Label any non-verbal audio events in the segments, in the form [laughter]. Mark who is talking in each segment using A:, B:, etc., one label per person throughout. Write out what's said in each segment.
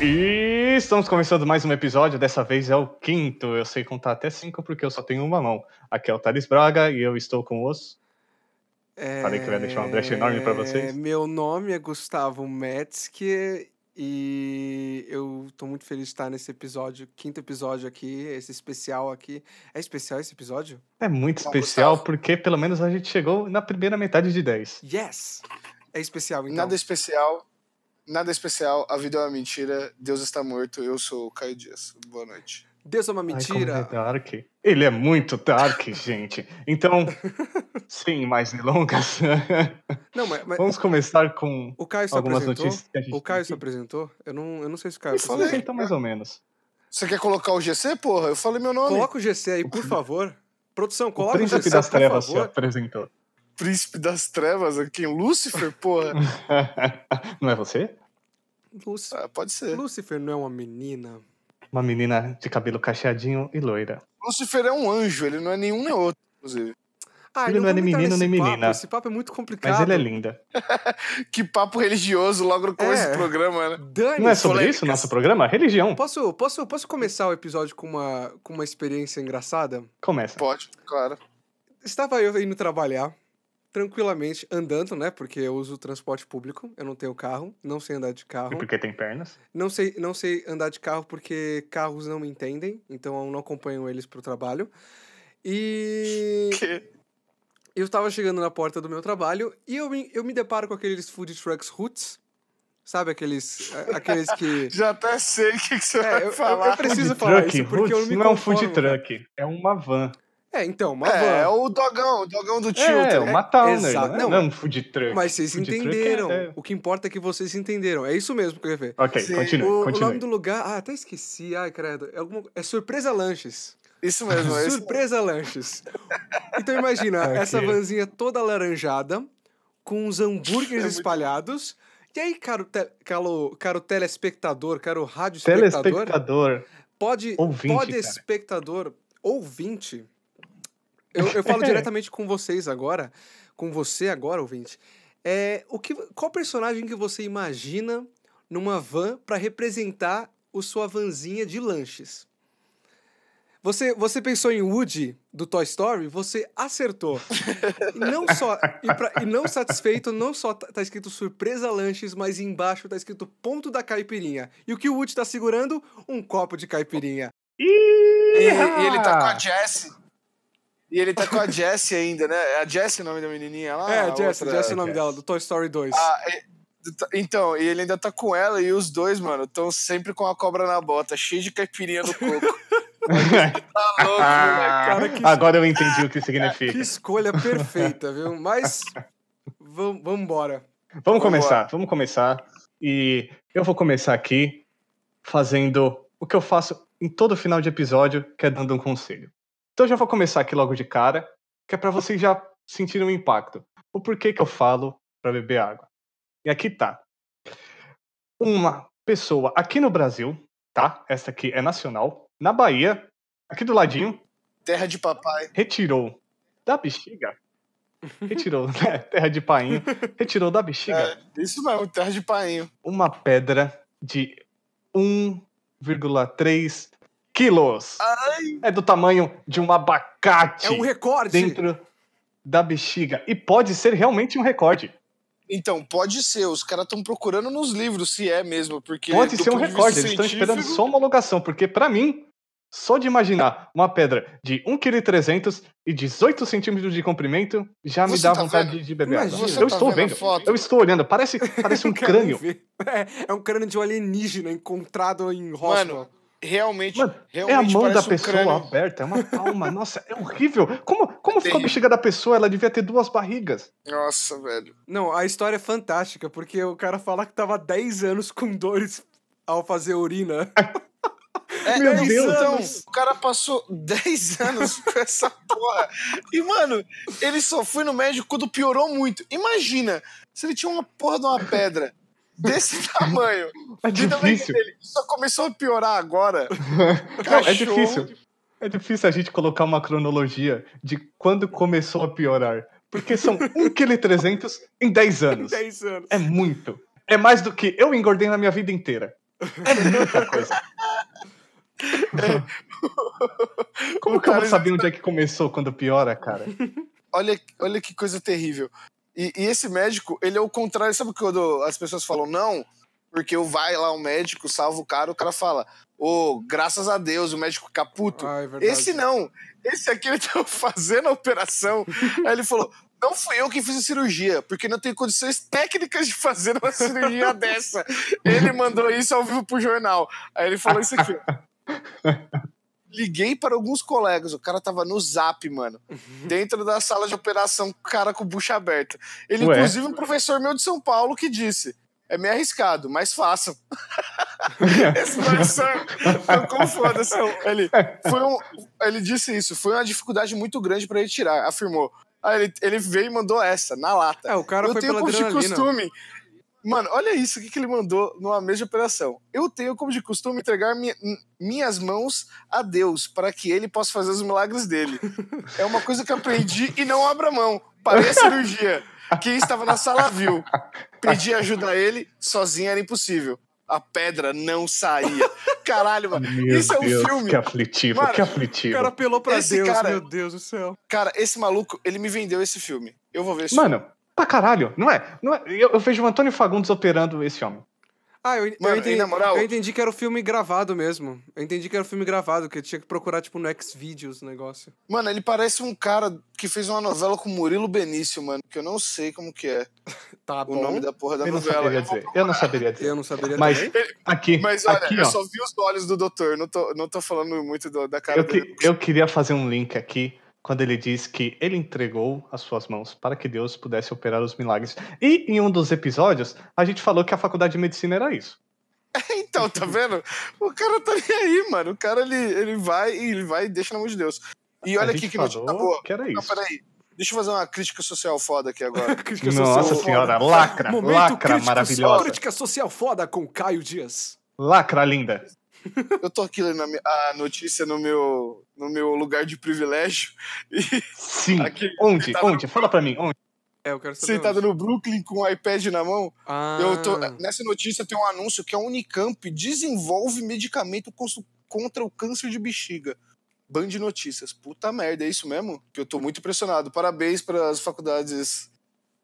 A: E estamos começando mais um episódio, dessa vez é o quinto. Eu sei contar até cinco porque eu só tenho uma mão. Aqui é o Thales Braga e eu estou com os.
B: É...
A: Falei que eu ia deixar uma brecha enorme pra vocês.
B: Meu nome é Gustavo Metzke e eu tô muito feliz de estar nesse episódio, quinto episódio aqui, esse especial aqui. É especial esse episódio?
A: É muito
C: Bom,
A: especial
C: Gustavo.
A: porque pelo menos a gente chegou na primeira metade de 10.
B: Yes! É especial, então.
C: Nada especial. Nada especial, a vida é uma mentira, Deus está morto, eu sou o Caio Dias. Boa noite.
B: Deus é uma
A: Ai, como ele é
B: mentira.
A: dark. Ele é muito dark, gente.
B: [laughs]
A: Então, sem mais delongas, [laughs]
B: não, mas, mas
A: vamos começar com
B: o Caio se
A: algumas
B: apresentou?
A: notícias que a gente.
B: O Caio se
A: tem aqui.
B: apresentou? Eu não, eu não sei se o Caio
C: Eu
B: se
C: falei.
B: apresentou.
A: Então, mais ou menos.
C: Você quer colocar o GC, porra? Eu falei meu nome.
B: Coloca o GC aí, por favor. Produção,
A: O
B: coloca o,
A: príncipe
B: GC,
A: das
B: por
A: trevas se
B: favor.
A: apresentou. [laughs]
C: Príncipe das Trevas aqui, Lúcifer,
B: [laughs]
C: porra.
A: Não é você?
B: Lúcifer.
C: Ah, pode ser.
B: Lúcifer não é uma menina.
A: Uma menina de cabelo cacheadinho e loira.
C: Lúcifer é um anjo, ele não é nenhum nem outro, inclusive.
B: Ah,
A: Ele
B: eu
A: não é
B: vou
A: nem
B: entrar
A: menino,
B: nesse
A: nem
B: papo,
A: menina.
B: Esse papo é muito complicado.
A: Mas ele é linda.
C: Que papo religioso logo no começo
B: É.
C: do programa, né?
B: Dane-se.
A: Não é sobre
C: polêmicas.
A: isso o nosso programa? Religião.
B: Posso, posso, posso começar o episódio com uma, com uma experiência engraçada?
A: Começa.
C: Pode, claro.
B: Estava eu indo trabalhar, tranquilamente, andando, né? Porque eu uso transporte público, eu não tenho carro, não sei andar de
A: E
B: carro.
A: porque tem pernas.
B: Não sei, não sei andar de carro porque carros não me entendem, então eu não acompanho eles para o trabalho.
A: [laughs]
B: E
C: Que-
B: eu estava chegando na porta do meu trabalho e eu me, eu me deparo com aqueles food trucks roots, sabe? Aqueles, a- aqueles
A: [laughs]
B: que...
C: Já até sei o que, que você
B: É, eu-
C: vai
B: eu- eu preciso-
C: falar.
B: Preciso
A: Food
B: falar
A: truck,
B: isso, porque eu não me
A: não é um food
B: conformo, né? cara.
A: truck, é uma van.
B: É, então, uma van.
C: É, é o dogão, o dogão do tio.
A: é,
C: tá ligado?
A: uma towner,
B: exato.
A: né?
B: Não,
A: não, é um food truck.
B: Mas vocês
A: Food truck é-
B: entenderam.
A: é-
B: O que importa é que vocês entenderam. É isso mesmo que eu ia ver.
A: Ok,
C: Sim.
A: continue,
B: O, o
A: continue.
B: nome do lugar. Ah, até esqueci. Ai, credo. É, alguma- é Surpresa Lanches.
C: Isso
B: [laughs]
C: mesmo, é isso.
B: Surpresa Lanches. Então imagina,
A: [laughs] Ok.
B: essa vanzinha toda alaranjada, com uns hambúrgueres
C: É muito-
B: espalhados. E aí, caro, te- caro, caro telespectador, caro rádio espectador,
A: Telespectador,
B: pode,
A: ouvinte,
B: pode
A: cara.
B: espectador, ouvinte. Eu, eu
A: [laughs]
B: falo diretamente com vocês agora, com você agora, ouvinte. É, o que, qual personagem que você imagina numa van para representar o sua vanzinha de lanches? Você, você pensou em Woody do Toy Story? Você acertou. E não só e, pra- e não satisfeito, não só tá, tá escrito surpresa lanches, mas embaixo tá escrito ponto da caipirinha. E o que o Woody tá segurando? Um copo de caipirinha.
C: E,
A: Ah!
C: e ele tá com a Jessie. E ele tá com a Jessie ainda, né? É a Jessie o nome da menininha lá?
B: é,
C: a
B: Jess,
C: Ah, outra-
B: Jess é o nome
A: Jess.
B: dela, do Toy Story 2.
C: Ah, e- então, e ele ainda tá com ela e os dois, mano, estão sempre com a cobra na bota, cheio de caipirinha
A: [laughs]
C: no coco. Tá louco, moleque.
B: cara, que-
A: Agora eu entendi o que significa.
B: que
C: [laughs]
B: escolha perfeita, viu? Mas vamos embora.
A: Vamos
C: Vamos
A: começar,
C: lá.
A: vamos começar. E eu vou começar aqui fazendo o que eu faço em todo final de episódio, que é dando um conselho. Então eu já vou começar aqui logo de cara, que é para vocês já sentirem o impacto. O porquê que eu falo para beber água. E aqui tá. Uma pessoa aqui no Brasil, tá? Essa aqui é nacional, na Bahia, aqui do ladinho,
C: Terra de papai.
A: retirou da bexiga. Retirou, né? Terra de painho. Retirou da bexiga
C: É, isso mesmo, terra de painho.
A: uma pedra de 1,3 quilos.
C: Ai,
A: É do tamanho de um abacate
B: É um recorde. [laughs]
A: dentro da bexiga. E pode ser realmente um recorde.
C: então, pode ser, os caras estão procurando nos livros se é mesmo, porque.
A: pode
C: do
A: ser um
C: ponto de
A: recorde.
C: vista
A: Eles estão esperando
C: científico-
A: só uma homologação, porque pra mim, só de imaginar uma pedra de 1,3 kg e 18 centímetros de comprimento já me
C: Você
A: dá
C: tá
A: vontade
C: vendo?
A: de beber água.
B: Imagina.
C: Você
A: Eu
C: tá
A: estou
C: vendo a
A: vendo.
C: foto?
A: Eu estou olhando. Parece,
C: [laughs]
A: parece um
B: Quero
A: crânio.
B: ver. [laughs] É, é um crânio de um alienígena encontrado em Roswell.
C: Mano, realmente.
A: Mano, É a
C: realmente
A: mão da
C: parece um
A: pessoa
C: crânio.
A: aberta, é uma palma. Nossa, é horrível. Como, como ficou a
C: terrível.
A: bexiga da pessoa? Ela devia ter duas barrigas.
C: Nossa, velho.
B: Não, a história é fantástica, porque o cara fala que tava 10 anos com dores ao fazer
C: [laughs]
B: urina.
C: É,
A: Meu
C: 10
A: Deus.
C: anos. O cara passou 10 [laughs] anos com essa porra. E, mano, ele só foi no médico quando piorou muito. Imagina se ele tinha uma porra de uma pedra
A: [laughs]
C: desse tamanho.
A: É
C: do tamanho
A: difícil.
C: dele, Só começou a piorar agora.
A: [laughs] Não, é
C: Cachorro.
A: difícil. É difícil a gente colocar uma cronologia de quando começou a piorar. Porque são 1,3 kg em 10 anos.
B: 10 anos.
A: É muito. É mais do que eu engordei na minha vida inteira. É muita
C: [laughs]
A: coisa. Como
C: É. O
A: que eu vou
C: cara-
A: saber onde é que começou quando piora,
C: [laughs]
A: cara?
C: Olha, olha que coisa terrível. E, e esse médico, ele é o contrário. Sabe quando as pessoas falam não? Porque eu vai lá o médico, salva o cara, o cara fala, ô, graças a Deus, o médico fica puto.
B: Ah, é verdade.
C: esse não. Esse aqui ele [laughs] tava fazendo a operação. Aí ele falou, não fui eu que fiz a cirurgia, porque não tenho condições técnicas de fazer uma
B: [laughs]
C: cirurgia dessa. Ele mandou isso ao vivo pro jornal. Aí ele falou isso aqui. ó. Liguei para alguns colegas, o cara tava no zap, mano
B: Uhum.
C: dentro da sala de operação, com o cara com bucha aberta. Ele,
A: Ué.
C: inclusive, um professor meu de São Paulo que disse: é meio arriscado, mas façam. Esse professor, eu como foda-se. Ele, foi um, ele disse isso, foi uma dificuldade muito grande pra ele tirar, afirmou. Aí ele, ele veio e mandou essa, na lata.
B: É, o cara
C: eu
B: foi
C: tenho
B: pela
C: como de
B: adrenalina.
C: costume. Mano, olha isso, o que, que ele mandou numa mesma operação. Eu tenho como de costume entregar mi- n- minhas mãos a Deus, para que ele possa fazer os
B: [laughs]
C: milagres dele. É uma coisa que eu aprendi e não abra mão. Parei a cirurgia. Quem estava na sala viu. Pedi ajuda a ele, sozinho era impossível. A pedra não saía. Caralho, mano.
A: Meu
C: isso é um
A: Deus,
C: filme.
A: que aflitivo,
C: Mano,
A: que
B: O
A: aflitivo.
B: cara apelou pra
C: Esse
B: Deus,
C: cara-
B: meu Deus do céu.
C: Cara, esse maluco, ele me vendeu esse filme. Eu vou ver esse filme.
A: Mano, pra caralho, não é? Não é? Eu, eu vejo o Antônio Fagundes operando esse homem.
B: Ah, eu, en- eu
C: Mano, e
B: entendi,
C: na moral-
B: eu entendi que era o filme gravado mesmo. Eu entendi que era o filme gravado, que eu tinha que procurar, tipo, no Xvideos o negócio.
C: Mano, ele parece um cara que fez uma novela com Murilo Benício, mano. Que eu não sei como que é
B: Tá
C: o
B: bom.
C: nome da porra da
A: Eu não é
C: novela. é
A: saberia dizer. Eu não saberia dizer.
B: Eu não saberia
A: Mas
C: [laughs]
B: também.
A: aqui,
C: Mas olha,
A: aqui,
C: eu
A: ó,
C: só vi os olhos do doutor. Não tô, não tô falando muito do- da cara
A: eu,
C: dele.
A: que- eu queria fazer um link aqui quando ele diz que ele entregou as suas mãos para que Deus pudesse operar os milagres. E em um dos episódios, a gente falou que a faculdade de medicina era isso.
C: Então, tá vendo? O cara tá nem aí, mano. O cara, ele, ele vai e ele vai e deixa na mão de Deus. E olha
A: a gente
C: aqui que
A: falou
C: notícia boa.
A: que era
C: Não,
A: isso.
C: peraí. Deixa eu fazer uma crítica social foda
A: [laughs]
C: aqui agora.
B: Crítica
A: Nossa
B: social
A: senhora,
B: foda.
A: lacra, lacra
B: crítico-
A: maravilhosa.
B: Crítica social foda com Caio Dias.
A: Lacra linda.
C: Eu tô aqui lendo a mi- a notícia no meu, no meu lugar de privilégio.
A: Sim.
C: Aqui, tá
A: Onde?
C: sentado
A: Onde? Fala pra mim. Onde?
B: É, eu quero saber.
C: sentado
B: onde.
C: no Brooklyn com o iPad na mão.
B: Ah,
C: tá Eu tô, nessa notícia tem um anúncio que a Unicamp desenvolve medicamento cons- contra o câncer de bexiga. Band de notícias. Puta merda, é isso mesmo? Que eu tô muito impressionado. Parabéns para as faculdades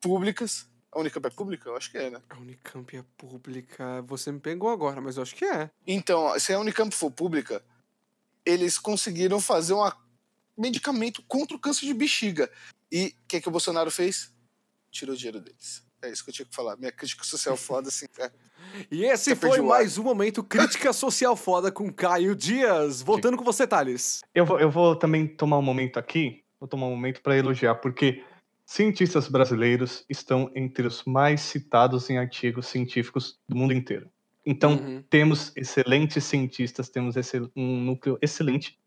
C: públicas. A Unicamp é pública? Eu acho que é, né?
B: A Unicamp é pública. Você me pegou agora, mas eu acho que é.
C: Então, ó, se a Unicamp for pública, eles conseguiram fazer um medicamento contra o câncer de bexiga. E o que, é que o Bolsonaro fez? Tirou o dinheiro deles. É isso que eu tinha que falar. Minha crítica social foda, assim, cara.
B: E esse
C: Você
B: foi
C: perdeu o ar.
B: mais um momento crítica social foda com Caio Dias. Voltando com você, Thales.
A: Eu vou, eu vou também tomar um momento aqui, vou tomar um momento para elogiar, porque cientistas brasileiros estão entre os mais citados em artigos científicos do mundo inteiro. Então,
B: Uhum.
A: temos excelentes cientistas, temos excel- um núcleo excelente de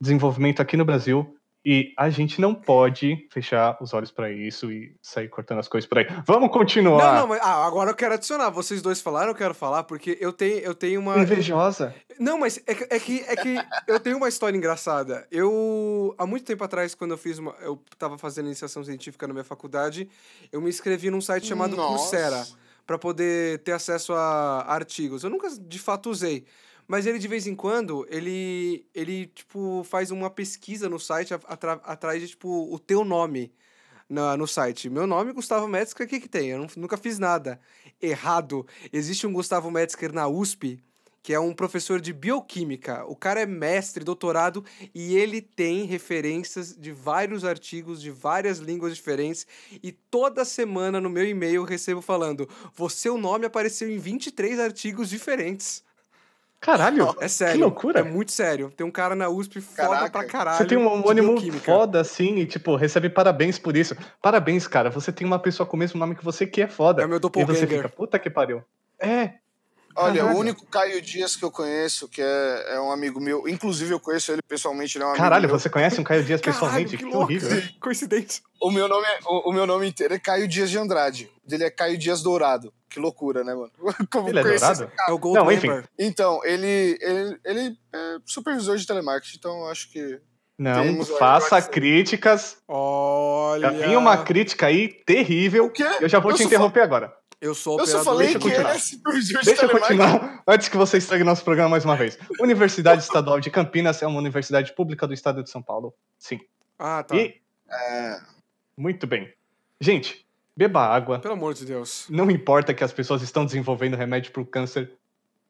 A: desenvolvimento aqui no Brasil, e a gente não pode fechar os olhos para isso e sair cortando as coisas por aí. Vamos continuar!
B: Não, não, mas ah, agora eu quero adicionar. Vocês dois falaram, eu quero falar, porque eu tenho, eu tenho
A: Uhum.
B: uma.
A: Invejosa.
B: Não, mas é que, é que, é que eu tenho uma história engraçada. Eu, há muito tempo atrás, quando eu fiz uma. Eu tava fazendo iniciação científica na minha faculdade, eu me inscrevi num site chamado
C: Nossa.
B: Coursera, pra poder ter acesso a artigos. Eu nunca, de fato, usei. Mas ele, de vez em quando, ele, ele tipo, faz uma pesquisa no site a- atra- atrás de, tipo, o teu nome na, no site. Meu nome, Gustavo Metzger, o que que tem? Eu nu- nunca fiz nada errado. Existe um Gustavo Metzger na USP, que é um professor de bioquímica. O cara é mestre, doutorado, e ele tem referências de vários artigos de várias línguas diferentes. E toda semana no meu e-mail eu recebo falando: "Você, o nome apareceu em 23 artigos diferentes".
A: Caralho!
B: É sério.
A: loucura.
B: É muito sério. Tem um cara na USP foda
C: Caraca.
B: pra caralho.
A: Você tem um
B: de
A: homônimo
B: bioquímica.
A: foda, assim, e tipo, recebe parabéns por isso. Parabéns, cara. Você tem uma pessoa com o mesmo nome que você que é foda.
B: É meu
A: e você
B: doppelganger.
A: fica, puta que pariu. É.
C: Olha,
A: Caralho.
C: o único Caio Dias que eu conheço, que é, é um amigo meu, inclusive eu conheço ele pessoalmente, ele é um amigo
A: Caralho,
C: meu.
A: você conhece um Caio Dias
B: Caralho,
A: pessoalmente? Que,
B: que louco. é
A: horrível. né?
B: [laughs] Coincidência.
C: O meu, nome é- o, o meu nome inteiro é Caio Dias de Andrade. O dele é Caio Dias Dourado. Que loucura, né, mano? [laughs] Como
A: Ele é
C: conhecer esse
A: dourado?
B: É o Gold
A: Não, enfim.
B: Member.
C: Então, ele, ele, ele é supervisor de telemarketing, então eu acho que.
A: Não,
C: Temos aí
A: faça
B: assim.
C: agora-
A: críticas.
B: Olha. é-
A: Já tem uma crítica aí terrível.
C: quê?
A: Eu já vou
C: Eu
A: te
C: sou
A: interromper agora.
B: Eu sou
C: Eu
B: operador.
C: só falei
A: deixa eu
C: que ele
A: continuar.
C: é cirurgião de
A: Deixa eu
C: telemarketing.
A: continuar [laughs] antes que você estrague nosso programa mais uma vez. Universidade Estadual de Campinas é uma universidade pública do estado de São Paulo. Sim.
B: Ah, tá.
A: E,
C: É,
A: muito bem. Gente, beba água.
B: Pelo amor de Deus.
A: Não importa que as pessoas estão desenvolvendo remédio para o câncer.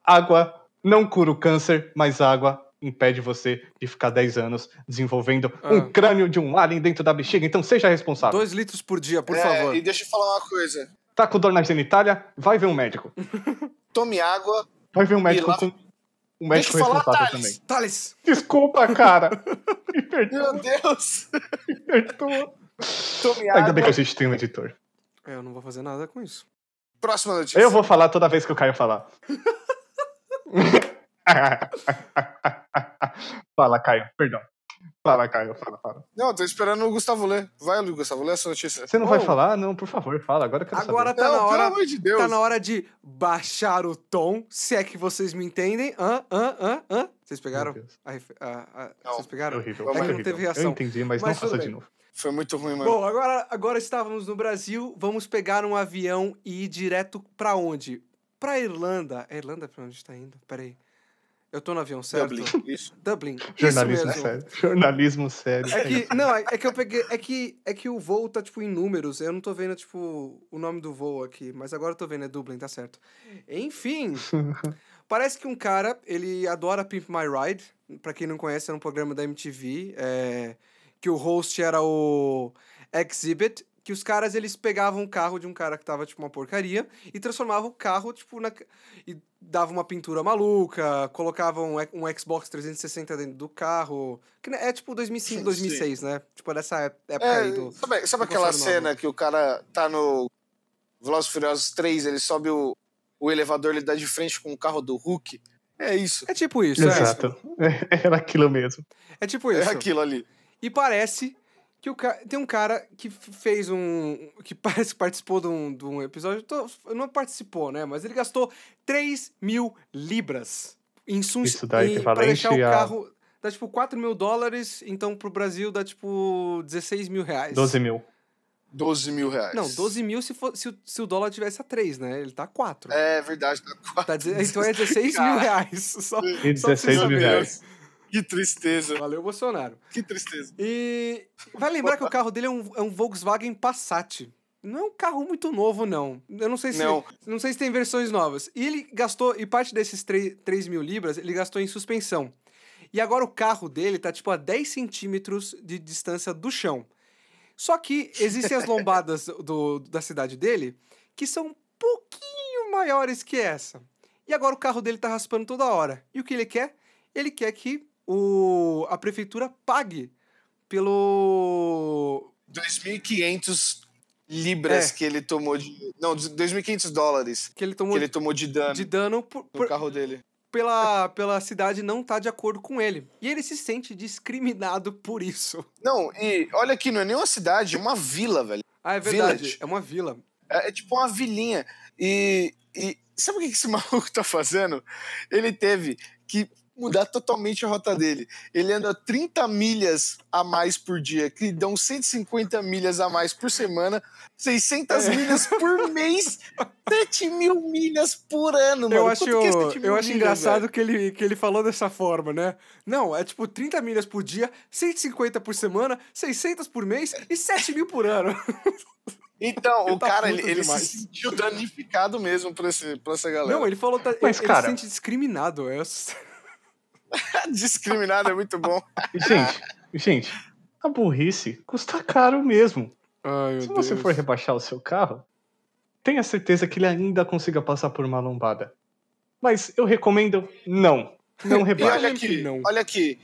A: Água não cura o câncer, mas água impede você de ficar 10 anos desenvolvendo
B: Ah.
A: um crânio de um alien dentro da bexiga. Então seja responsável.
B: Dois litros por dia, por
C: é,
B: favor.
C: E deixa eu falar uma coisa.
A: Tá com dor na genitália? Vai ver um médico.
C: Tome água.
A: Vai ver um médico
C: lá-
A: com... Um
C: Deixa
A: médico
C: eu falar,
A: responsável
C: Thales.
A: também.
B: Thales!
A: Desculpa, cara. [laughs] Me perdoa,
C: Meu Deus. [laughs]
A: me perdoa.
C: Tome
A: Ainda bem que a
C: água.
A: gente tem um editor.
B: É, eu não vou fazer nada com isso.
C: Próxima notícia.
A: Eu vou falar toda vez que o Caio falar.
C: [laughs]
A: [laughs] fala, Caio. Perdão. Fala, Caio. Fala, fala.
C: Não, tô esperando o Gustavo ler. Vai, Lu, Gustavo, lê essa notícia.
A: Você não vai
B: Oh.
A: falar? Não, por favor, fala. Agora eu quero
B: Agora
A: saber.
B: tá
C: não,
B: na hora.
C: Pelo amor de Deus.
B: Tá na hora de baixar o tom, se é que vocês me entendem. Hã, hã, hã, hã? Vocês
A: Meu
B: pegaram?
A: Deus,
B: A ref- a- a-
C: Não,
B: vocês pegaram?
A: horrível.
C: É que não
A: horrível.
B: teve reação.
A: Eu entendi, mas,
B: Mas
A: não faça
B: tudo
A: de
B: bem.
A: novo.
C: Foi muito ruim, mano.
B: Bom, agora, agora estávamos no Brasil, vamos pegar um avião e ir direto pra onde? Pra Irlanda. É Irlanda pra onde tá indo? Peraí. Eu tô no avião, certo?
C: Dublin, isso.
B: Dublin. Isso
A: Jornalismo é,
B: mesmo.
A: sério. Jornalismo sério.
B: É que, não, é é que eu peguei. É que, é que o voo tá, tipo, em números. Eu não tô vendo, tipo, o nome do voo aqui. Mas agora eu tô vendo, é Dublin, tá certo. Enfim. parece que um cara, ele adora Pimp My Ride. Pra quem não conhece, era um programa da MTV. é, que o host era o Exhibit. Que os caras, eles pegavam o carro de um cara que tava, tipo, uma porcaria. E transformavam o carro, tipo, na. E dava uma pintura maluca. Colocavam um, um Xbox 360 dentro do carro. Que né, é, tipo, 2005,
C: Sim,
B: 2006, né? Tipo, dessa ép- época aí do.
C: É, sabe, sabe aquela
B: Gustavo Nova.
C: cena que o cara tá no Velozes e Furiosos 3, ele sobe o, o elevador, ele dá de frente com o carro do Hulk? É isso.
B: É tipo isso, é.
A: Exato. [laughs] Era aquilo mesmo.
B: É tipo
C: É
B: isso.
C: aquilo ali.
B: E parece que o ca... tem um cara que f- fez um. que [laughs] parece que participou de um, de um episódio. Tô- Não participou, né? Mas ele gastou 3 mil libras em sun...
A: Isso dá
B: em- pra
A: equivalente
B: deixar o
A: a-
B: carro. Dá tipo 4 mil dólares, então pro Brasil dá tipo 16 mil reais.
A: 12 mil.
C: 12 mil reais.
B: Não, 12 mil se, for, se, o, se o dólar tivesse a 3, né? Ele tá a 4.
C: É verdade, tá quatro.
B: Tá deze- então é 16 mil
C: [laughs] Cara.
B: reais. [laughs] Só...
A: E
B: Só pra
A: 16 mil
B: saber.
A: reais.
C: Que tristeza,
B: Valeu, Bolsonaro.
C: que tristeza.
B: E vai lembrar que o carro dele é um, é um Volkswagen Passat. Não é um carro muito novo, não. Eu não sei se.
C: Não.
B: não sei se tem versões novas. E ele gastou. E parte desses 3, mil libras ele gastou em suspensão. E agora o carro dele tá tipo a 10 centímetros de distância do chão. Só que existem as lombadas [laughs] do, da cidade dele que são um pouquinho maiores que essa. E agora o carro dele tá raspando toda hora. E o que ele quer? Ele quer que o, a prefeitura pague pelo.
C: 2.500 libras
B: É.
C: que ele tomou de... Não, 2.500 dólares
B: que ele
C: que
B: tomou
C: ele tomou de dano
B: de dano por-
C: no
B: por-
C: carro dele.
B: pela, pela cidade não tá de acordo com ele. E ele se sente discriminado por isso.
C: Não, e olha aqui, não é nem uma cidade, é uma vila, velho.
B: Ah, é verdade.
C: Village.
B: É uma vila.
C: É, é tipo uma vilinha. E, e sabe o que esse [laughs] maluco tá fazendo? Ele teve que mudar totalmente a rota dele. Ele anda 30 milhas a mais por dia, que dão 150 milhas a mais por semana, 600
B: É. [laughs]
C: milhas por mês, 7 mil milhas por ano, mano.
B: eu
C: Quanto
B: acho,
C: que é 7 mil
B: eu acho
C: milhas,
B: engraçado
C: velho?
B: que ele, que ele falou dessa forma, né? Não, é tipo 30 milhas por dia, 150 por semana, 600 por mês e 7 mil por
C: [laughs]
B: ano.
C: Então,
B: Ele
C: o
B: tá
C: cara,
B: puto
C: ele, ele se
B: demais.
C: sentiu danificado mesmo por, esse, por essa galera.
B: Não, ele falou. Tá,
A: Mas,
B: ele,
A: cara-
B: se sente discriminado. É,
C: Discriminado é muito bom.
A: Gente, gente, a burrice custa caro mesmo.
B: [laughs] Ai, meu
A: Se você for rebaixar o seu carro, tenha certeza que ele ainda consiga passar por uma lombada. Mas eu recomendo não.
B: [laughs]
A: Não
C: E
A: rebaixe.
C: olha
B: lembro que
C: aqui,
B: É não.
C: olha aqui.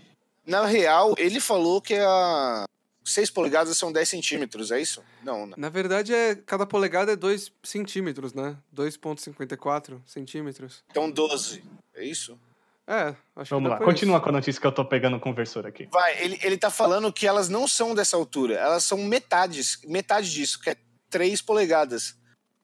C: Na real, ele falou que a 6 polegadas são 10 centímetros, é isso? Não, não.
B: Na verdade, é, cada polegada é 2 centímetros, né? 2,54 centímetros.
C: Então 12. É isso?
B: É, acho que
A: Vamos
B: dá
A: lá,
B: pra isso.
A: continua com a notícia que eu tô pegando o conversor aqui.
C: Vai, ele, ele tá falando que elas não são dessa altura, elas são metades, metade disso, que é 3 polegadas.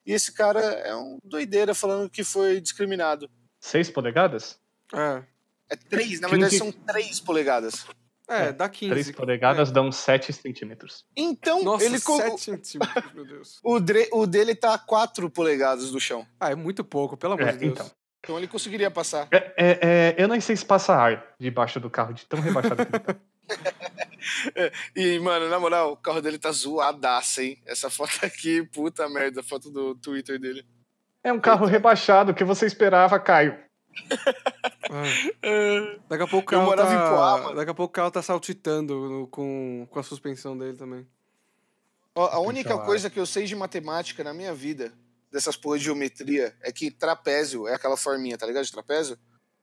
C: E esse cara é um doideira falando que foi discriminado.
A: 6 polegadas?
B: É.
C: É 3, na
A: Quem
C: verdade
A: que-
C: são 3 polegadas.
B: É,
A: É,
B: dá 15.
A: 3 polegadas
B: É.
A: dão 7 centímetros.
C: Então,
B: Nossa,
C: ele co-
B: 7 centímetros, meu Deus.
C: o, dre- o dele tá a 4 polegadas do chão.
B: Ah, é muito pouco, pelo amor
A: É,
B: de Deus.
A: então.
C: Então ele conseguiria passar.
A: É, é, é, eu nem sei se passa ar debaixo do carro, de tão rebaixado que ele tá.
C: E, mano, na moral, o carro dele tá zoadaço, hein? Essa foto aqui, puta merda, a foto do Twitter dele.
A: É um carro rebaixado que você esperava, Caio.
B: Ah,
C: É.
B: daqui a pouco o
C: Eu
B: carro
C: morava em Poá,
B: tá...
C: mano.
B: Daqui a pouco o carro tá saltitando no- com, com a suspensão dele também.
C: Ó, a única
A: Então,
C: coisa que eu sei de matemática na minha vida, dessas porra de geometria, é que trapézio é aquela forminha, tá ligado? De trapézio?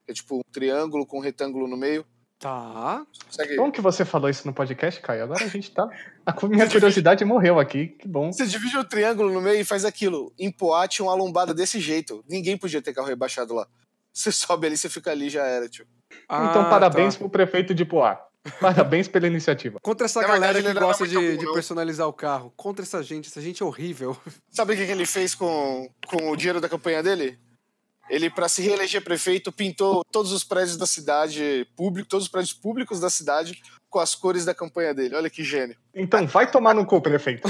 C: É tipo um triângulo com um retângulo no meio.
B: Tá.
C: Consegue...
A: Bom que você falou isso no podcast, Caio. Agora a gente tá. A cu- minha curiosidade morreu aqui. Que bom.
C: Você divide o triângulo no meio e faz aquilo. Em Poá tinha uma lombada desse jeito. Ninguém podia ter carro rebaixado lá. Você [laughs] sobe ali, você fica ali, já era, tio.
A: então,
B: Ah,
A: parabéns
B: tá.
A: pro prefeito de Poá. Parabéns pela iniciativa.
B: Contra essa
C: Na
B: galera
C: É verdade,
B: que
C: ele não era
B: gosta
C: muito
B: de,
C: bom,
B: de
C: não.
B: personalizar o carro. Contra essa gente, essa gente é horrível.
C: Sabe o que, que ele fez com, com o dinheiro da campanha dele? Ele, pra se reeleger prefeito, pintou todos os prédios da cidade, público, todos os prédios públicos da cidade com as cores da campanha dele. Olha que gênio.
A: Então, vai tomar no cu, prefeito.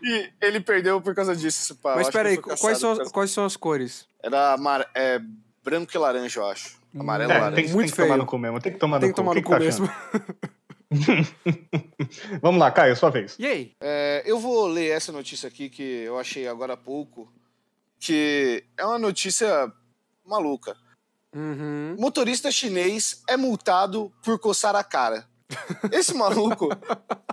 C: E ele perdeu por causa disso, esse
B: Mas
C: pau. Ah, Acho que
B: peraí,
C: foi caçado
B: quais são,
C: por
B: as,
C: causa-
B: quais são as
A: Tá
B: cores?
C: Era amar- é, branco e laranja, eu acho. Amarelo e
A: É,
C: laranja.
A: tem,
B: Muito
A: tem que tomar
B: feio.
A: no cu mesmo. Tem que tomar
B: Tem
A: no
B: que
A: cu.
B: tomar
A: O que
B: no
A: que
B: cu
A: tá
B: mesmo.
A: achando? Vamos lá, Caio, sua vez.
B: [laughs] E aí?
C: É, eu vou ler essa notícia aqui que eu achei agora há pouco, que é uma notícia maluca.
B: Uhum.
C: Motorista chinês é multado por coçar a cara. Esse maluco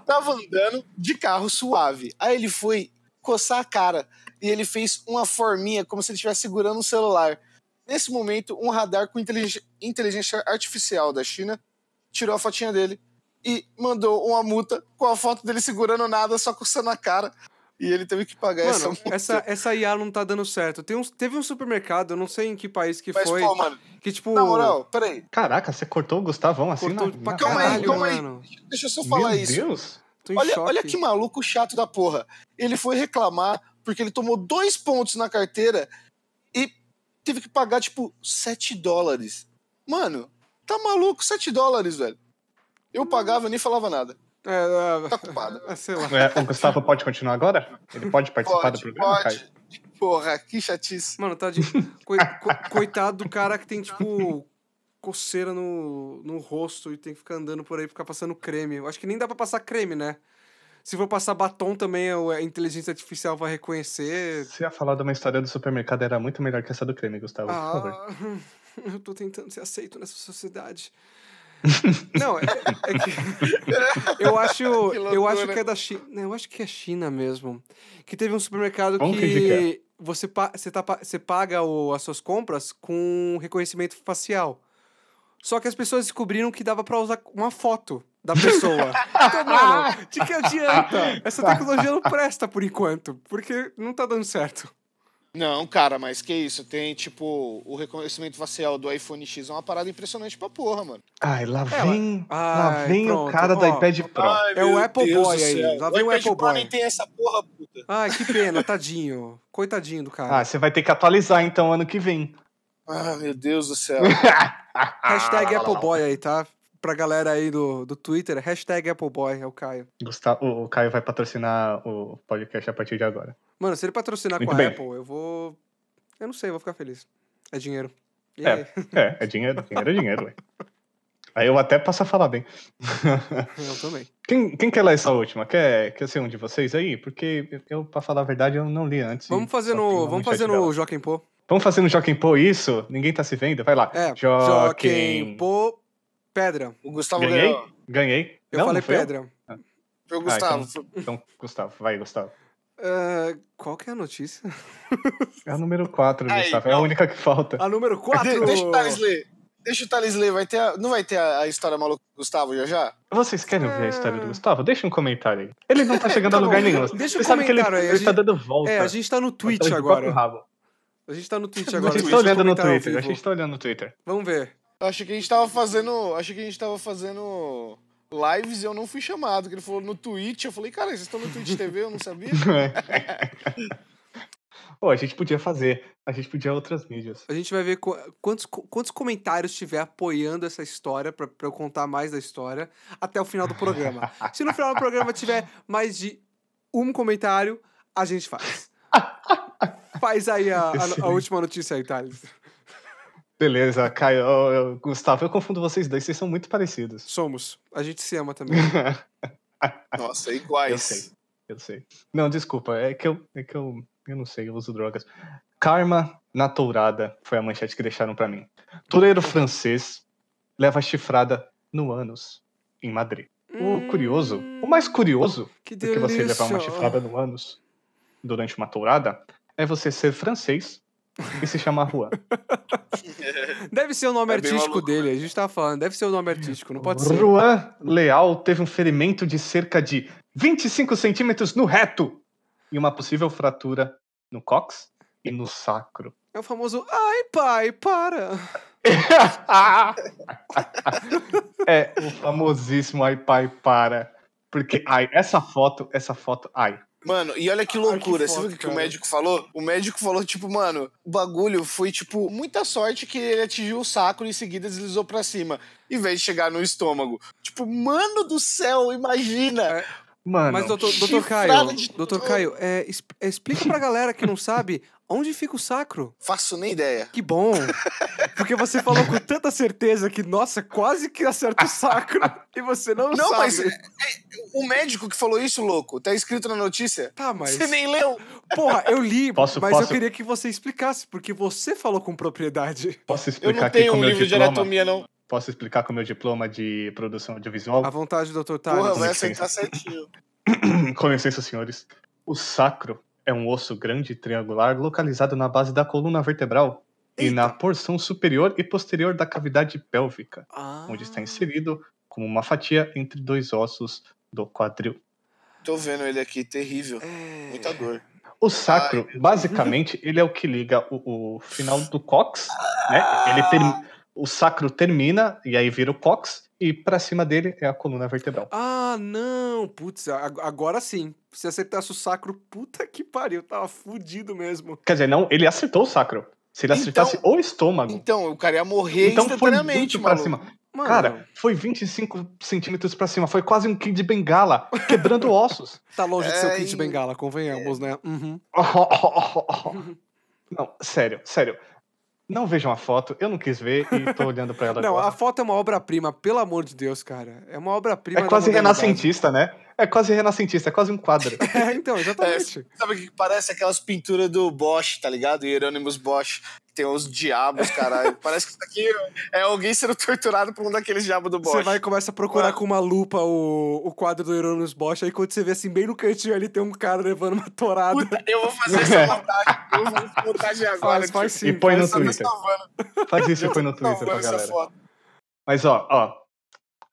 C: tava andando de carro suave. Aí ele foi coçar a cara e ele fez uma forminha como se ele estivesse segurando um celular. Nesse momento, um radar com inteligen- inteligência artificial da China tirou a fotinha dele e mandou uma multa com a foto dele segurando nada, só coçando a cara. E ele teve que pagar essa
B: Mano,
C: multa.
B: essa, essa IA não tá dando certo. Tem uns, teve um supermercado, eu não sei em que país que
C: Mas,
B: foi,
C: pô, mano,
B: que tipo...
C: na moral, peraí.
A: Caraca, você cortou o Gustavão assim
B: cortou
A: na,
B: pra
A: na-
C: Calma aí,
B: caralho,
C: calma aí.
B: mano.
C: Deixa eu só
A: Meu
C: falar isso.
A: Deus.
B: Tô em
C: Olha,
B: choque.
C: olha que maluco chato da porra. Ele foi reclamar porque ele tomou dois pontos na carteira e teve que pagar, tipo, 7 dólares. Mano, tá maluco? 7 dólares, velho. Eu pagava e nem falava nada.
B: É, é,
A: [laughs]
C: Tá culpado.
B: é, sei lá.
A: É, o Gustavo pode continuar agora? Ele pode participar Tá do
C: Pode,
A: programa, Caio?
C: pode. Porra, que chatice.
B: Mano, tá de... coi- co- Coitado do cara que tem, tipo, coceira no, no rosto e tem que ficar andando por aí, ficar passando creme. Eu acho que nem dá pra passar creme, né? Se for passar batom também, a inteligência artificial vai reconhecer.
A: Você ia falar de uma história do supermercado, era muito melhor que essa do creme, Gustavo, por favor.
B: Ah, [laughs] eu tô tentando ser aceito nessa sociedade.
A: [laughs]
B: Não, é, é que.
A: [laughs]
B: Eu acho, eu acho
C: loucura.
B: que é da China. Eu acho que é China mesmo. Que teve um supermercado
A: Vamos criticar.
B: que você, pa- você, tá, pa- você paga o- as suas compras com reconhecimento facial. Só que as pessoas descobriram que dava pra usar uma foto da pessoa.
A: [laughs]
B: então, mano, de que adianta? Essa
A: [laughs]
B: tecnologia não presta por enquanto, porque não tá dando certo.
C: Não, cara, mas que isso? Tem, tipo, o reconhecimento facial do iPhone X é uma parada impressionante pra porra, mano.
A: Ai, lá
B: É,
A: vem, lá
B: ai,
A: vem
B: pronto,
A: o cara da
B: ó.
A: iPad Pro.
B: É o meu Apple Deus Boy do aí, céu. lá vem o
C: iPad
B: Apple
C: Pro
B: Boy.
C: nem tem essa porra, puta.
B: Ai, que pena, tadinho. Coitadinho do cara.
A: Ah, você vai ter que atualizar então ano que vem.
C: Ah, meu Deus
A: [laughs]
C: do céu.
B: Ah,
A: Ah,
B: Hashtag Appleboy aí, tá? Pra galera aí do, do Twitter, hashtag Appleboy, é o Caio.
A: Gustavo, o Caio vai patrocinar o podcast a partir de agora.
B: Mano, se ele patrocinar
A: Muito
B: com a
A: bem.
B: Apple, eu vou. Eu não sei, eu vou ficar feliz. É dinheiro. E
A: É.
B: aí? [laughs]
A: É, é dinheiro, dinheiro é dinheiro, ué. Aí eu até passo a falar bem.
B: Eu também.
A: Quem, quem quer ler essa última? Quer, quer ser um de vocês aí? Porque eu, pra falar a verdade, eu não li antes. e
B: vamos fazer
A: só tenho
B: no,
A: uma
B: vamos
A: manchete
B: fazer
A: dela.
B: no Joaquim Pô.
A: Vamos fazer no Joaquim Pô isso? Ninguém tá se vendo? Vai lá.
B: É,
A: Joaquim.
B: Pô Pedra.
C: O Gustavo
A: Ganhei?
C: ganhou.
A: Ganhei?
B: Eu
A: não,
B: falei
A: não fui eu?
B: Pedra.
C: Foi o Gustavo.
A: Então, Gustavo, vai, Gustavo.
B: Ah, qual que é a notícia?
A: É o número 4,
C: Aí,
A: Gustavo. É a
C: não.
A: única que falta.
B: [laughs] A [laughs] número
C: De-
B: 4!
C: deixa o Thales ler. Deixa o Thales ler. Vai ter a- não vai ter a, a história maluca do Gustavo já já?
A: Vocês querem ouvir a história do Gustavo? Deixa um comentário aí. Ele
B: [laughs]
A: não tá chegando
B: Ah. Tá
A: a lugar
B: bom.
A: nenhum.
B: Deixa
A: Você
B: um
A: sabe que ele,
B: comentário aí, a
A: ele tá
B: gente-
A: dando volta.
B: É, a gente tá no Twitch
A: Atrás do próprio
B: agora.
A: rabo.
B: A gente tá no Twitch
A: A
B: agora.
A: gente
B: deixa
A: tá
B: eu
A: olhando no
B: comentar ao
A: Twitter. A
B: vivo.
A: gente tá olhando no Twitter. [laughs]
B: Vamos ver.
C: Acho que a gente tava fazendo. Acho que a gente tava fazendo lives e eu não fui chamado. Que ele falou no Twitch. Eu falei, cara, vocês estão no Twitch TV, eu não sabia.
A: Pô, a gente podia fazer. A gente podia outras mídias.
B: A gente vai ver qu- quantos, co- quantos comentários tiver apoiando essa história, pra, pra eu contar mais da história, até o final do programa. Se no final do programa tiver mais de um comentário, a
A: [laughs]
B: gente faz. Faz aí a, a- a, última notícia aí, Thales.
A: Beleza, Caio, eu- eu- Gustavo, eu confundo vocês dois, vocês são muito parecidos.
B: Somos. A gente se ama também.
C: [laughs] Nossa, é
A: eu
C: iguais.
A: sei, eu sei. Não, desculpa, é que eu. É que eu, eu não sei, eu uso drogas. Karma na tourada foi a manchete que deixaram pra mim. Toureiro
B: Hum.
A: francês leva chifrada no ânus, em Madrid. O curioso, o mais curioso
B: Que
A: do que
B: Hum. delícia.
A: você levar uma chifrada no ânus durante uma tourada é você ser francês e se chamar Juan.
B: Deve ser o nome
C: É bem
B: artístico
C: maluco,
B: dele, a gente tá falando. Deve ser o nome artístico, não [laughs] pode ser.
A: Juan Leal teve um ferimento de cerca de 25 centímetros no reto e uma possível fratura no cox e no sacro.
B: É o famoso. Ai, pai, para!
A: [laughs] é o famosíssimo ai pai para. Porque, ai, essa foto, essa foto, ai.
C: Mano, e Ah, olha que
B: que
C: loucura. Você
B: foda,
C: viu o que, que o
B: cara.
C: médico falou? O médico falou, tipo, mano, o bagulho foi, tipo, muita sorte que ele atingiu o saco e em seguida deslizou pra cima, em vez de chegar no estômago. Tipo, mano do céu, imagina!
A: Mano,
B: Mas, doutor,
C: Chifrada
B: doutor Caio,
C: de
B: doutor
C: tudo.
B: Caio, é, es- é, explica pra galera que não sabe onde fica o sacro.
C: Faço nem ideia.
B: Que bom! Porque você falou com tanta certeza que, nossa, quase que acerta o sacro e você não,
C: Não,
B: sabe.
C: mas é- é- o médico que falou isso, louco, tá escrito na notícia?
B: Tá, mas.
C: Você nem leu?
B: Porra, eu li,
A: Posso-
B: mas eu
A: posso-
B: queria que você explicasse, porque você falou com propriedade.
A: posso
C: Eu
A: explicar
C: não
A: aqui
C: tenho
A: com o
C: um
A: meu
C: livro de
A: diploma?
C: anatomia, não.
A: Posso explicar com o meu diploma de produção audiovisual?
B: A vontade do doutor Thales.
C: Porra,
A: com
C: vai
A: licença.
C: aceitar certinho. Ah.
A: Com licença, senhores. O sacro é um osso grande e triangular localizado na base da coluna vertebral e
B: Eita.
A: na porção superior e posterior da cavidade pélvica,
B: Ah.
A: onde está inserido como uma fatia entre dois ossos do quadril.
C: Tô vendo ele aqui, terrível.
B: É.
C: Muita dor.
A: O sacro,
B: [laughs]
A: basicamente, ele é o que liga o, o final do cox, né? Ele ter- o sacro termina e aí vira o cox e pra cima dele é a coluna vertebral.
B: Ah, não! Putz, ag- agora sim. Se acertasse o sacro, puta que pariu, tava fudido mesmo.
A: Quer dizer, não, ele acertou o sacro. Se ele
C: Então-
A: acertasse o estômago,
C: Então, o cara ia
B: é
C: morrer
A: então foi
C: instantaneamente,
A: muito pra
C: mano.
A: cima.
B: Mano,
A: Cara, foi 25 centímetros pra cima, foi quase um Kid Bengala, quebrando [laughs] ossos.
B: tá longe de ser o
C: é,
B: kit
C: em-
B: bengala, convenhamos, né? Uhum.
A: Não, sério, sério. Não vejam a foto, eu não quis ver e tô olhando pra ela
B: Não,
A: agora.
B: a foto é uma obra-prima, pelo amor de Deus, cara. É uma obra-prima.
A: É
B: da
A: quase
B: modernidade.
A: renascentista, né? É quase renascentista, é quase um quadro.
B: [laughs] É, então, exatamente.
C: Sabe o que que parece? Aquelas pinturas do Bosch, tá ligado? Hieronymus Bosch. que Tem uns diabos,
B: [laughs]
C: caralho. parece que isso aqui é alguém sendo torturado por um daqueles diabos do Bosch.
B: Você vai e começa a procurar
C: Ué.
B: com uma lupa o, o quadro do Hieronymus Bosch, aí quando você vê assim, bem no cantinho ali, tem um cara levando uma torada.
C: Puta, eu vou fazer essa montagem. Eu vou fazer essa montagem agora.
B: [laughs] faz,
C: tipo, tá
B: faz sim.
A: e põe no
B: faz sim.
C: Twitter.
A: Twitter. Faz isso e põe no Twitter
B: é
A: pra galera. Mas ó, ó,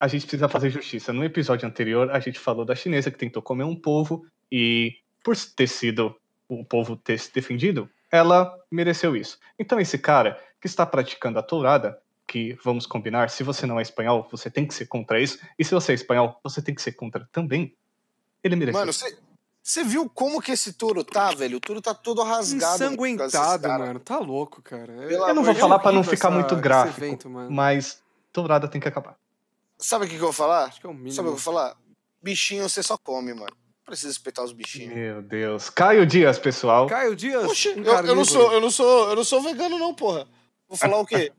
A: a gente precisa fazer justiça. No episódio anterior, a gente falou da chinesa que tentou comer um povo e, por ter sido o povo ter se defendido, ela mereceu isso. Então esse cara que está praticando a tourada, que vamos combinar, se você não é espanhol, você tem que ser contra isso, e se você é espanhol, você tem que ser contra também. Ele mereceu.
C: Mano, você- você viu como que esse touro tá, velho? O touro tá todo rasgado. por causa desse
B: Ensanguentado,
C: cara.
B: mano. Tá louco, cara.
C: Pelo
A: eu não
C: amor
A: vou
C: de
A: falar
C: Deus.
A: pra não
B: horrível
A: ficar
B: essa-
A: muito
B: esse
A: gráfico,
B: evento, mano.
A: mas tourada tem que acabar.
C: Sabe o que, que eu vou falar?
B: Acho que é o mínimo.
C: Sabe o que eu vou falar? Bichinho você só come, mano. Não Precisa espetar os bichinhos.
A: Meu Deus. Caio Dias, pessoal.
B: Caio Dias.
C: Oxi, eu,
B: um
C: eu não
B: carnívoro.
C: sou, eu não sou, eu não sou vegano não, porra. Vou falar
B: [laughs]
C: o quê?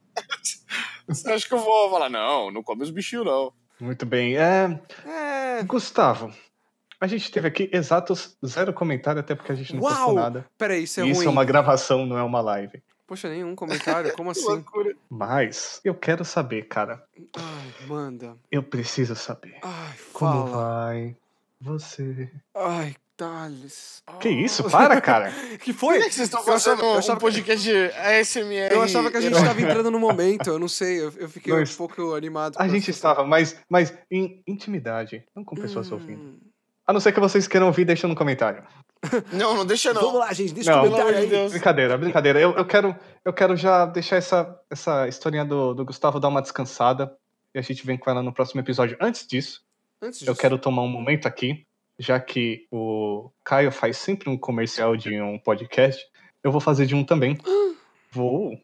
C: Você acha que eu vou falar não, não come os bichinhos não.
A: Muito bem. É,
B: É.
A: Gustavo, a gente teve aqui exatos zero comentário, até porque a gente não
B: Uau!
A: postou nada.
B: Peraí, isso é
A: E isso
B: ruim.
A: é uma gravação, não é uma live.
B: Poxa, nenhum comentário?
C: [laughs]
B: Como
C: Que
B: assim?
C: loucura.
A: Mas eu quero saber, cara.
B: Ai, manda.
A: Eu preciso saber.
B: Ai,
A: Como
B: fala.
A: vai você?
B: Ai, Thales.
A: Que
B: Ah.
A: isso? Para, cara.
B: [laughs] que
C: Por
B: foi?
C: que, que vocês estão
B: Eu achava-
C: fazendo
B: eu
C: um,
B: achava-
C: um podcast de ASMR?
B: Eu achava que a gente
A: [laughs]
B: tava entrando no momento, eu não sei, eu, eu fiquei
A: Nós-
B: um pouco animado.
A: A
B: com
A: gente
B: essa-
A: estava, mas, mas em intimidade, não com pessoas
B: Hum.
A: ouvindo. A não ser que vocês queiram ouvir, deixa no comentário.
C: Não, não deixa não.
B: Vamos lá, gente, deixa
A: Não.
B: o
C: Pelo amor
B: comentário
C: de
B: aí.
C: Deus.
A: Brincadeira, brincadeira. Eu, eu quero, eu quero já deixar essa, essa historinha do, do Gustavo dar uma descansada. E a gente vem com ela no próximo episódio. Antes disso,
B: Antes disso,
A: Eu quero tomar um momento aqui, já que o Caio faz sempre um comercial de um podcast. Eu vou fazer de um também. Vou.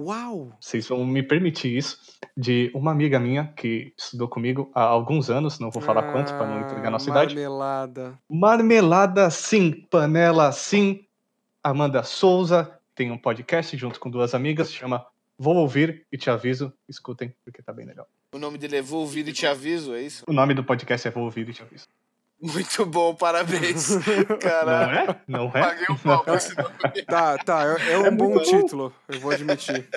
B: Uau!
A: Vocês vão me permitir isso. De uma amiga minha que estudou comigo há alguns anos, não vou falar
B: Ah,
A: quantos para não entregar a nossa idade.
B: Marmelada.
A: Marmelada sim, panela sim. Amanda Souza tem um podcast junto com duas amigas, chama Vou Ouvir e Te Aviso. Escutem, porque tá bem legal.
C: O nome dele é Vou Ouvir e Te Aviso, é isso? [laughs]
A: O nome do podcast é Vou Ouvir e Te Aviso.
C: Muito
B: [laughs]
C: bom, parabéns. Caralho,
A: Não é? Não é?
C: paguei
A: [laughs]
C: o pau pra esse nome.
B: Tá, tá, é, é um bom título, eu vou admitir.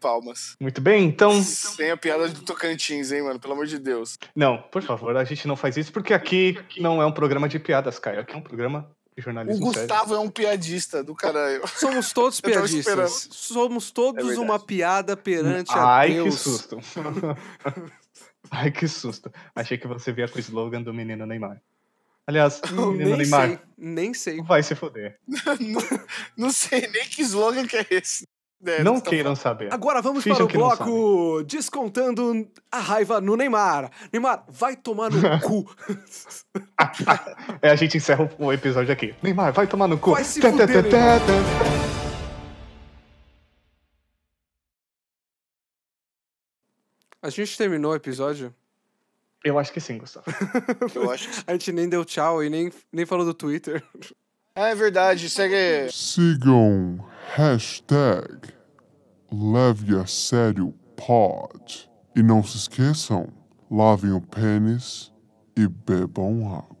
C: Palmas.
A: Muito bem, então.
C: Sem a piada do Tocantins, hein, mano? Pelo amor de Deus.
A: Não, por favor, a gente não faz isso, porque aqui não é um programa de piadas, Caio. Aqui é um programa de
C: O
A: jornalismo sério.
C: Gustavo é um piadista do caralho. [laughs]
B: Somos todos
C: Eu tava
B: piadistas.
C: esperando. É
B: Somos todos
C: verdade.
B: uma piada perante a
A: Ai, que
B: Deus.
A: susto. [laughs] Ai, que susto. Achei que você via com o slogan do menino Neymar. Aliás,
B: Não,
A: menino
B: Hum, nem
A: Neymar,
B: sei, nem sei.
A: vai se foder.
C: não, não sei nem que slogan que é esse. É,
A: não
C: tá-
A: queiram saber.
B: Agora vamos
A: Finjam
B: para o
A: que não
B: bloco descontando a raiva no Neymar. Neymar, vai tomar
A: [laughs]
B: no cu.
A: É, a gente encerra o o episódio aqui. Neymar, vai tomar no cu.
B: Vai se
A: Tã, tã,
B: fuder,
A: tã, tã,
B: Neymar.
A: tã.
B: A gente terminou o episódio.
A: Eu acho que sim, Gustavo.
C: Eu acho que...
B: A gente nem deu tchau e nem, nem falou do Twitter.
C: Ah, é verdade. Segue.
D: Sigam hashtag Leve a Sério Pod. E não se esqueçam, lavem o pênis e bebam água.